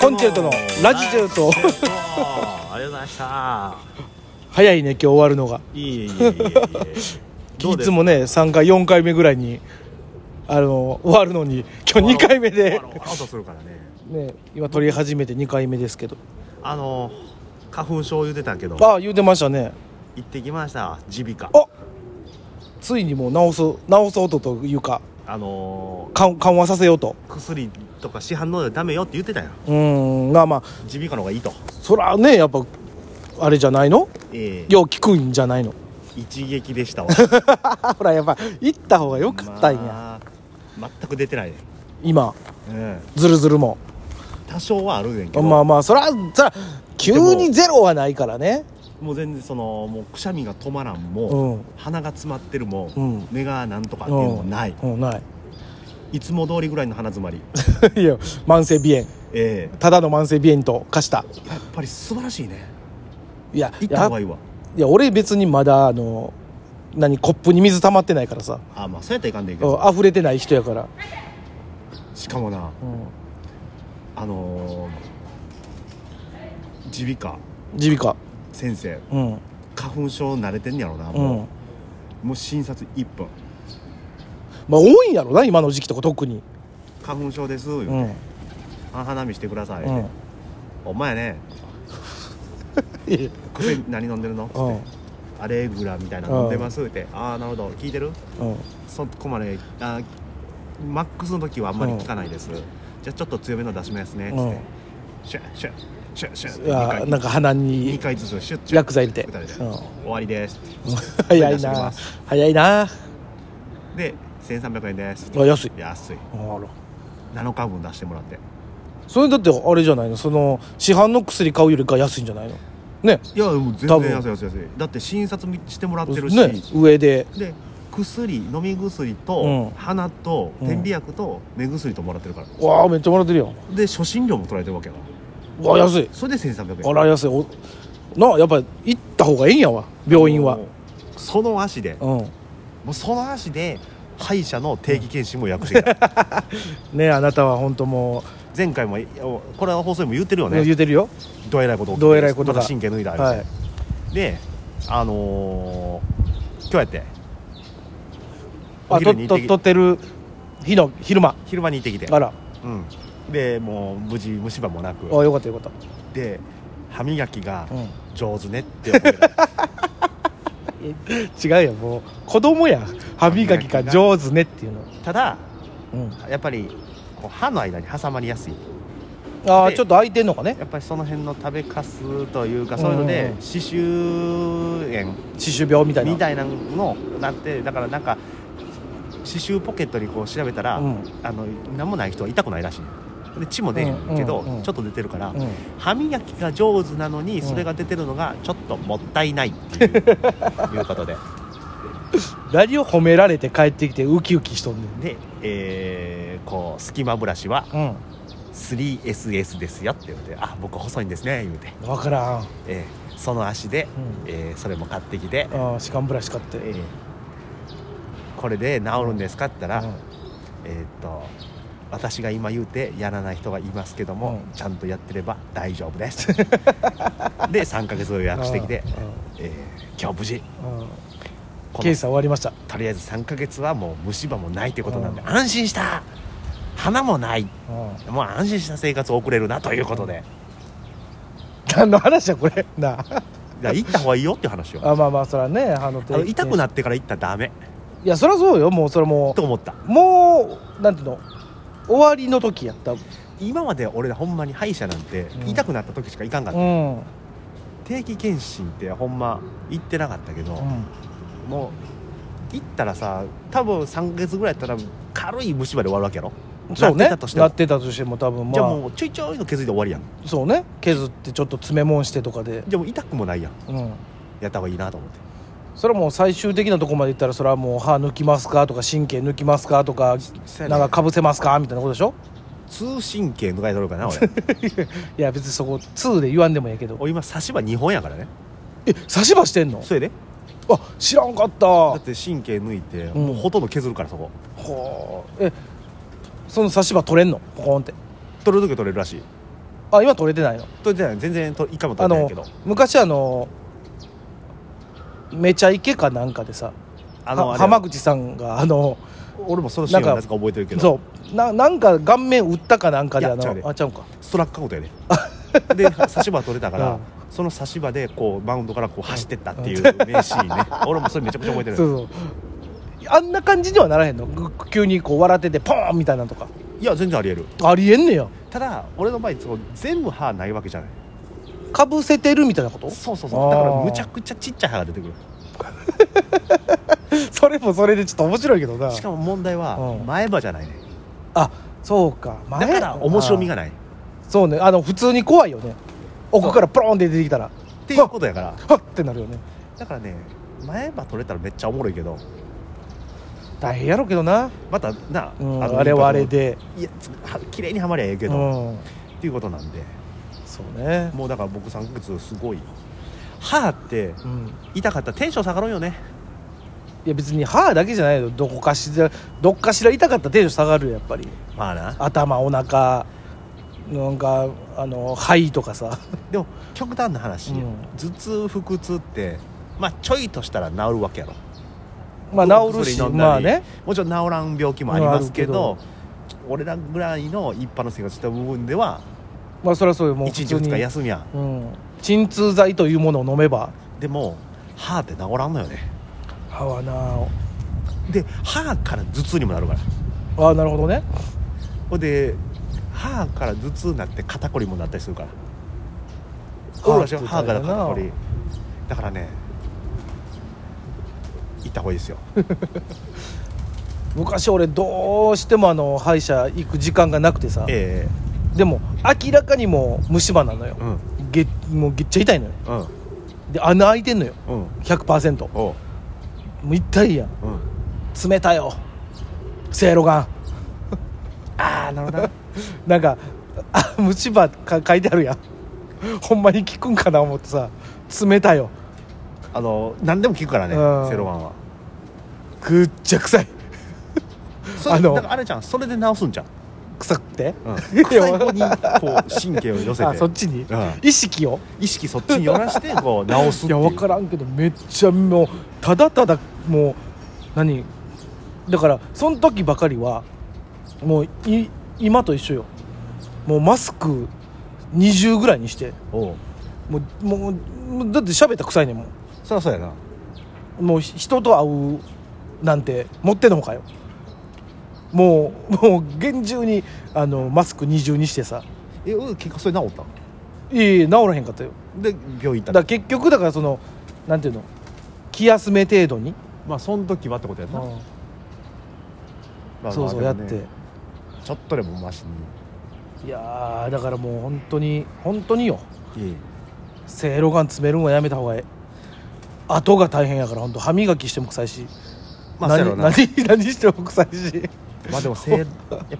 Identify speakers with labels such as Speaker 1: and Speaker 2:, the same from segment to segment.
Speaker 1: コンチェルトのラジチェルト
Speaker 2: ラジチェルトありがとうございました
Speaker 1: 早いね今日終わるのが
Speaker 2: いえいえいえいえ
Speaker 1: いつもね3回4回目ぐらいにあの終わるのに今日2回目で
Speaker 2: あ、とするからね
Speaker 1: ね、今撮り始めて2回目ですけど
Speaker 2: あの花粉症言うてたけど
Speaker 1: ああ言うてましたね
Speaker 2: 行ってきました耳鼻科
Speaker 1: あついにもう直す直そうとというか
Speaker 2: あの
Speaker 1: 緩緩和させようと
Speaker 2: 薬とか市販のダメよって言ってたやん
Speaker 1: うーんまあまあ
Speaker 2: 耳鼻科の方がいいと
Speaker 1: そらねやっぱあれじゃないの
Speaker 2: ええ
Speaker 1: よう聞くんじゃないの
Speaker 2: 一撃でしたわ
Speaker 1: あほらやっぱ行った方がよかったんや、
Speaker 2: まあ全く出てないね、
Speaker 1: 今
Speaker 2: うん、
Speaker 1: ズルズルも
Speaker 2: 多少はあるねんけど、
Speaker 1: まあまあそらそら急にゼロはないからね
Speaker 2: もう全然そのもうくしゃみが止まらんも、
Speaker 1: うん
Speaker 2: 鼻が詰まってるも、
Speaker 1: うん
Speaker 2: 目がなんとかっていうのもない、
Speaker 1: うんない
Speaker 2: いつも通りぐらいの鼻詰まり
Speaker 1: いや慢性鼻炎
Speaker 2: え
Speaker 1: ただの慢性鼻炎と化した
Speaker 2: えやっぱり素晴らしいね
Speaker 1: いや
Speaker 2: 行った方がいいわ
Speaker 1: いや俺別にまだあの何コップに水溜まってないからさ
Speaker 2: あまあそうやったらいかんねんけど
Speaker 1: うん溢れてない人やから、
Speaker 2: しかもなあのー耳鼻科
Speaker 1: 耳鼻科
Speaker 2: 先生
Speaker 1: うん
Speaker 2: 花粉症慣れてんやろな
Speaker 1: う
Speaker 2: もう,、
Speaker 1: ん
Speaker 2: もう診察1分
Speaker 1: まあ多いんやろな今の時期とか特に
Speaker 2: 花粉症です、言う
Speaker 1: う
Speaker 2: て
Speaker 1: ん、
Speaker 2: あ花見してください、
Speaker 1: うん、
Speaker 2: お前ね
Speaker 1: いや
Speaker 2: 薬何飲んでるのつって、
Speaker 1: うん
Speaker 2: アレグラみたいなの飲んでますってああなるほど聞いてる
Speaker 1: うん
Speaker 2: そこまであマックスの時はあんまり効かないです、じゃあちょっと強めの出しますねつって、
Speaker 1: うん
Speaker 2: シュッシュッシュッシュッ
Speaker 1: いやなんか鼻
Speaker 2: 2
Speaker 1: に
Speaker 2: 回ずつシュッシュッ
Speaker 1: 薬剤入れて、
Speaker 2: 打たれて
Speaker 1: うん
Speaker 2: 終わりですって
Speaker 1: 早
Speaker 2: 出
Speaker 1: い
Speaker 2: してき
Speaker 1: な
Speaker 2: ます
Speaker 1: 早いなあ
Speaker 2: で1300円です
Speaker 1: 安い
Speaker 2: 安い
Speaker 1: ら
Speaker 2: 7日分出してもらって
Speaker 1: それだってあれじゃないのその市販の薬買うよりか安いんじゃないのね
Speaker 2: いやもう全
Speaker 1: 多
Speaker 2: 然
Speaker 1: 分
Speaker 2: 安い安い安いだって診察みしてもらってるし、
Speaker 1: ね上で
Speaker 2: で薬飲み薬と、
Speaker 1: うん
Speaker 2: 鼻と
Speaker 1: うん
Speaker 2: 点鼻薬と目薬ともらってるから、
Speaker 1: わあめっちゃもらってるやん
Speaker 2: で初診料も取られてるわけやわ
Speaker 1: うわ安い
Speaker 2: それで1300円
Speaker 1: あら安いおなあやっぱ行った方がいいんやわ病院は
Speaker 2: もうその足で
Speaker 1: うん
Speaker 2: もうその足で歯医者の定期検診も予約して きた
Speaker 1: ねあなたは本当も
Speaker 2: 前回もいやこれは放送でも言ってるよ
Speaker 1: う、
Speaker 2: ね
Speaker 1: 言うてるよ
Speaker 2: どうえらいこと起きて
Speaker 1: どうえらいことが
Speaker 2: また神経抜いたあれ、
Speaker 1: はい
Speaker 2: であのー今日やってお
Speaker 1: あ
Speaker 2: 昼
Speaker 1: と
Speaker 2: に行っ
Speaker 1: と
Speaker 2: てき
Speaker 1: 撮ってる日の昼間
Speaker 2: 昼間に行ってきて
Speaker 1: あら
Speaker 2: うん、でもう無事虫歯もなく
Speaker 1: あよかったよかっ
Speaker 2: で歯磨きが
Speaker 1: た、うん、
Speaker 2: 上手ねって思えた
Speaker 1: 違うよもう子供や歯磨きが上手ねっていうの、
Speaker 2: ただ
Speaker 1: うん、
Speaker 2: やっぱりこう歯の間に挟まりやすい
Speaker 1: ああ
Speaker 2: で
Speaker 1: ちょっと空いてんのかね
Speaker 2: やっぱりその辺の食べかすというかそういうので
Speaker 1: うん
Speaker 2: 歯周炎
Speaker 1: 歯周病みたいな
Speaker 2: みたいなのなってだからなんか刺繍ポケットにこう調べたら、
Speaker 1: うん
Speaker 2: あの何もない人は痛くないらしいねんで血も出へんけど、
Speaker 1: うんうんうん
Speaker 2: ちょっと出てるから、
Speaker 1: うん
Speaker 2: 歯磨きが上手なのに
Speaker 1: うん
Speaker 2: それが出てるのがちょっともったいないっていういうこ とで
Speaker 1: 何を褒められて帰ってきてウキウキしとんねん
Speaker 2: で、えーこう隙間ブラシは
Speaker 1: うん
Speaker 2: 3SS ですよって言うて「あ僕細いんですね」言うて、
Speaker 1: 分からん、
Speaker 2: えーその足で、
Speaker 1: うん
Speaker 2: えーそれも買ってきて、
Speaker 1: ああ歯間ブラシ買って、
Speaker 2: えーこれで治るんですかって言ったら、
Speaker 1: うん
Speaker 2: えーっと私が今言うてやらない人がいますけども、
Speaker 1: うん
Speaker 2: ちゃんとやってれば大丈夫です で3ヶ月を予約してきて、えー今日無事
Speaker 1: うんうん
Speaker 2: こ
Speaker 1: 検
Speaker 2: の
Speaker 1: 査終わりました
Speaker 2: とりあえず3ヶ月はもう虫歯もないということなんで、
Speaker 1: うん
Speaker 2: 安心した花もない
Speaker 1: うん
Speaker 2: もう安心した生活を送れるなということで
Speaker 1: 何の話やこれなあ
Speaker 2: だから行った方がいいよっていう話 を
Speaker 1: あまあまあそらねあの
Speaker 2: あの痛く
Speaker 1: ない
Speaker 2: なってから行ったらダメ
Speaker 1: いやそらそうよもうそれも
Speaker 2: と思った
Speaker 1: うもうなんていうの終わりの時やったう
Speaker 2: 今まで俺らほんまに歯医者なんて
Speaker 1: うん
Speaker 2: 痛くなった時しか行かんかった、
Speaker 1: ん、うん、
Speaker 2: 定期検診ってほんま行ってなかったけど、もう行ったらさ多分3ヶ月ぐらいやったら軽い虫歯で終わるわけやろ
Speaker 1: そう
Speaker 2: なっ
Speaker 1: ね
Speaker 2: てたとしても
Speaker 1: なってたとしても多分まあ
Speaker 2: じゃあもうちょいちょいの削りで終わりやん
Speaker 1: そうね削ってちょっと詰めもんしてとかで
Speaker 2: じゃあもう痛くもないやん
Speaker 1: うん
Speaker 2: やった方がいいなと思って
Speaker 1: それはもう最終的なとこまでいったらそれはもう歯抜きますかとか神経抜きますかとか
Speaker 2: そうやね
Speaker 1: なんかかぶせますかみたいなことでしょ
Speaker 2: 通神経抜かれとるか な俺
Speaker 1: いや別にそこ2で言わんでもええけど
Speaker 2: 俺今差し歯2本やからね
Speaker 1: え差し歯してんの
Speaker 2: それで
Speaker 1: あ知らんかった
Speaker 2: だって神経抜いて、
Speaker 1: ん
Speaker 2: もうほとんど削るからそこ
Speaker 1: ほうえその差し歯取れんのポコンって
Speaker 2: 取る時は取れるらしい
Speaker 1: あ今取れてないの
Speaker 2: 取れてない全然とイカも取
Speaker 1: あ
Speaker 2: れてない
Speaker 1: の
Speaker 2: けど
Speaker 1: 昔あのめちゃイケかなんかでさ
Speaker 2: あの
Speaker 1: は
Speaker 2: あれ
Speaker 1: 浜口さんがあの
Speaker 2: 俺もそのシーンはなぜか覚えてるけど
Speaker 1: そうななんか顔面打ったかなんかで
Speaker 2: い
Speaker 1: あ
Speaker 2: やちゃうで
Speaker 1: のあちゃうんか
Speaker 2: ストラックアウトやね で差し歯取れたから、
Speaker 1: うん
Speaker 2: その差し歯でこうマウンドからこう走ってったっていう名シーンね俺もそれめちゃくちゃ覚えてる
Speaker 1: そうそうあんな感じにはならへんのぐ急にこう笑っててポーンみたいなのとか
Speaker 2: いや全然ありえる
Speaker 1: ありえんねや
Speaker 2: ただ俺の場合そう全部歯ないわけじゃない
Speaker 1: かぶせてるみたいなこと
Speaker 2: そうそ
Speaker 1: あ
Speaker 2: うそ
Speaker 1: ー
Speaker 2: うだからむちゃくちゃちっちゃい歯が出てくる
Speaker 1: それもそれでちょっと面白いけどな
Speaker 2: しかも問題は
Speaker 1: うん
Speaker 2: 前歯じゃないね
Speaker 1: あそうか前
Speaker 2: だから面白みがないっ
Speaker 1: そうねあの普通に怖いよね奥からポロンって出てきたら
Speaker 2: ていうことやから
Speaker 1: ハッってなるよね
Speaker 2: だからね前歯取れたらめっちゃおもろいけど
Speaker 1: 大変やろうけどな、
Speaker 2: またな、
Speaker 1: うん、
Speaker 2: の
Speaker 1: あれはあれで
Speaker 2: いやつは綺麗にはまりゃええけど、っ
Speaker 1: うん、
Speaker 2: ていうことなんで
Speaker 1: そうね、
Speaker 2: もうだから僕3ヶ月すごい歯って
Speaker 1: うん、
Speaker 2: 痛かったらテンション下がるんよね
Speaker 1: いや別に歯だけじゃないよどこかしらどっかしら痛かったらテンション下がるよやっぱり
Speaker 2: まあな
Speaker 1: 頭お腹なんかあの肺とかさ
Speaker 2: でも極端な話、
Speaker 1: うん
Speaker 2: 頭痛腹痛ってまあちょいとしたら治るわけやろ
Speaker 1: まあ治るし
Speaker 2: 薬飲んだり
Speaker 1: まあね
Speaker 2: もちろん治らん病気もありますけ
Speaker 1: まああ
Speaker 2: ど俺らぐらいの一般の生活した部分では
Speaker 1: まあそれはそうよもう
Speaker 2: 1
Speaker 1: 普
Speaker 2: 日
Speaker 1: 通
Speaker 2: 2
Speaker 1: に
Speaker 2: 日休みや
Speaker 1: う
Speaker 2: ん
Speaker 1: ん、鎮痛剤というものを飲めば
Speaker 2: でも歯って治らんのよね
Speaker 1: 歯はな
Speaker 2: で歯から頭痛にもなるから
Speaker 1: ああなるほどね
Speaker 2: ほんで歯から頭痛になって肩こりもなったりするから
Speaker 1: 歯
Speaker 2: 俺
Speaker 1: っ
Speaker 2: ら
Speaker 1: て
Speaker 2: し
Speaker 1: 大変
Speaker 2: 歯
Speaker 1: だ
Speaker 2: か
Speaker 1: な
Speaker 2: ら肩こりだからね行った方がいいですよ
Speaker 1: 昔俺どうしてもあの歯医者行く時間がなくてさ、
Speaker 2: え
Speaker 1: でも明らかにもう虫歯なのよ
Speaker 2: え、うん
Speaker 1: げもうげっちゃ痛いのよ
Speaker 2: うん
Speaker 1: で穴開いてんのよ
Speaker 2: うん
Speaker 1: 100%も
Speaker 2: おう
Speaker 1: う痛いやん
Speaker 2: うん
Speaker 1: 冷たよせいろがん
Speaker 2: ああなるほどな
Speaker 1: なんかあ虫歯か書いてあるやんほんまに効くんかな思ってさ冷たよ
Speaker 2: あの何でも聞くからね
Speaker 1: うん
Speaker 2: セロワンは
Speaker 1: ぐっちゃ臭い
Speaker 2: それ
Speaker 1: あの
Speaker 2: だからあれじゃんそれで治すんじゃん、
Speaker 1: 臭くて、
Speaker 2: うん、臭い子にこう神経を寄 せて
Speaker 1: あそっちに、
Speaker 2: うん
Speaker 1: 意識を
Speaker 2: 意識そっちに寄らしてこう治すっ
Speaker 1: い
Speaker 2: てい
Speaker 1: や
Speaker 2: う
Speaker 1: 分からんけどめっちゃもうただただもう何だからその時ばかりはもうい今と一緒よもうマスク20ぐらいにして
Speaker 2: おう
Speaker 1: もうもうもうだって喋ったら臭いねんも
Speaker 2: そりゃそうやな
Speaker 1: うもうひ人と会うなんて持ってのほかよもうもう厳重にあのマスク二重にしてさ
Speaker 2: えうん結果それ治ったの
Speaker 1: いえいえ治らへんかったよ
Speaker 2: で病院
Speaker 1: だか
Speaker 2: 行った
Speaker 1: ら
Speaker 2: の
Speaker 1: 結局だからそのなんていうの気休め程度に、
Speaker 2: まあその時はってことやな、まあまあ
Speaker 1: そうそうやって、
Speaker 2: でもねちょっとでもマシに
Speaker 1: いやーだからもう本当に本当によ
Speaker 2: いい
Speaker 1: せいろがん詰めるんはやめた方がええ後が大変やから本当歯磨きしても臭いし、
Speaker 2: まあそうやろ
Speaker 1: 何
Speaker 2: うな
Speaker 1: 何何しても臭いし
Speaker 2: まあでもせいやっ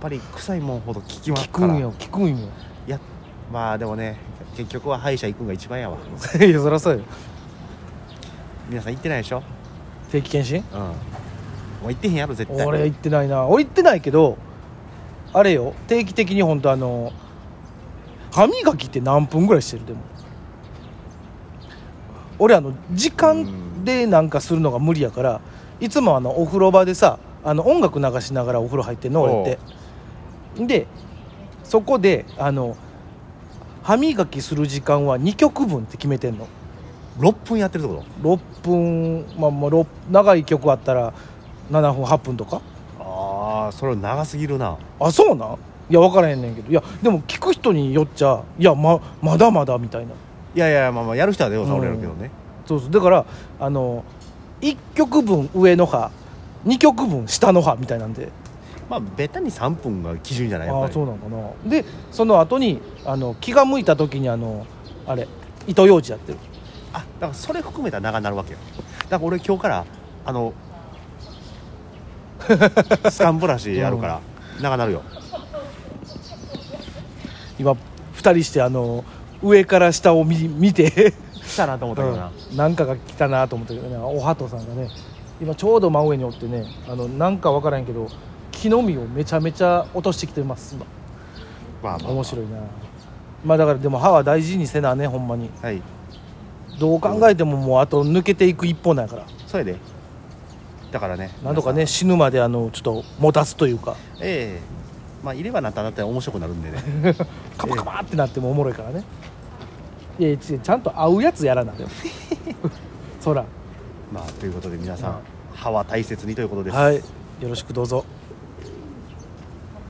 Speaker 2: ぱり臭いもんほど効きます
Speaker 1: 聞
Speaker 2: か
Speaker 1: く
Speaker 2: ら
Speaker 1: んよ聞くん よ
Speaker 2: いやまあでもね結局は歯医者行くんが一番やわ
Speaker 1: いやそりゃそうよ
Speaker 2: 皆さん行ってないでしょ
Speaker 1: 定期検
Speaker 2: うんもう行ってへんやろ絶
Speaker 1: 診
Speaker 2: 対
Speaker 1: 俺行ってないな俺行ってないけどあれよ定期的に本当あの歯磨きって何分ぐらいしてるでも俺あの時間でなんかするのが無理やからいつもあのお風呂場でさあの音楽流しながらお風呂入ってんの俺ってでそこであの歯磨きする時間は2曲分って決めてんの
Speaker 2: 6分やってるってこ
Speaker 1: 6分まあもうろ長い曲あったら7分8分とか
Speaker 2: とああそれ長すぎるな
Speaker 1: あそうなんいや分からへんねんけどいやでも聞く人によっちゃいやままだまだみたいない
Speaker 2: やいやまあまあやる人はでもさ
Speaker 1: うん
Speaker 2: 俺やるけどね
Speaker 1: そうそうだからあの1曲分上の歯2曲分下の歯みたいなんで
Speaker 2: まあベタに3分が基準じゃないや
Speaker 1: あ
Speaker 2: っ
Speaker 1: あ
Speaker 2: ぱ
Speaker 1: そ
Speaker 2: り
Speaker 1: うなのかなでその後にあの気が向いた時にあのあれ糸ようじやってる
Speaker 2: あだからそれ含めたら長なるわけよだから俺今日からあの スカンブラシやるから長なるよ
Speaker 1: 今2人してあの上から下を見見て
Speaker 2: 来たなと思ったけどな、
Speaker 1: うんなんかが来たなと思ったけどねおはとさんがね今ちょうど真上におってねあのなんかわからへんけど木の実をめちゃめちゃ落としてきてます今
Speaker 2: まあまあ
Speaker 1: 面白いなまあだからでも歯は大事にせなねほんまに
Speaker 2: はい
Speaker 1: どう考えてももうあと抜けていく一方なんやから
Speaker 2: それでだからね
Speaker 1: なんとかね死ぬまであのちょっと持たすというか
Speaker 2: 皆さんええまあいればなったらなったら面白くなるんでね
Speaker 1: カバカバってなってもおもろいからねいやちちゃんと合うやつやらなそら
Speaker 2: まあということで皆さん歯は大切にということです
Speaker 1: はいよろしくどうぞ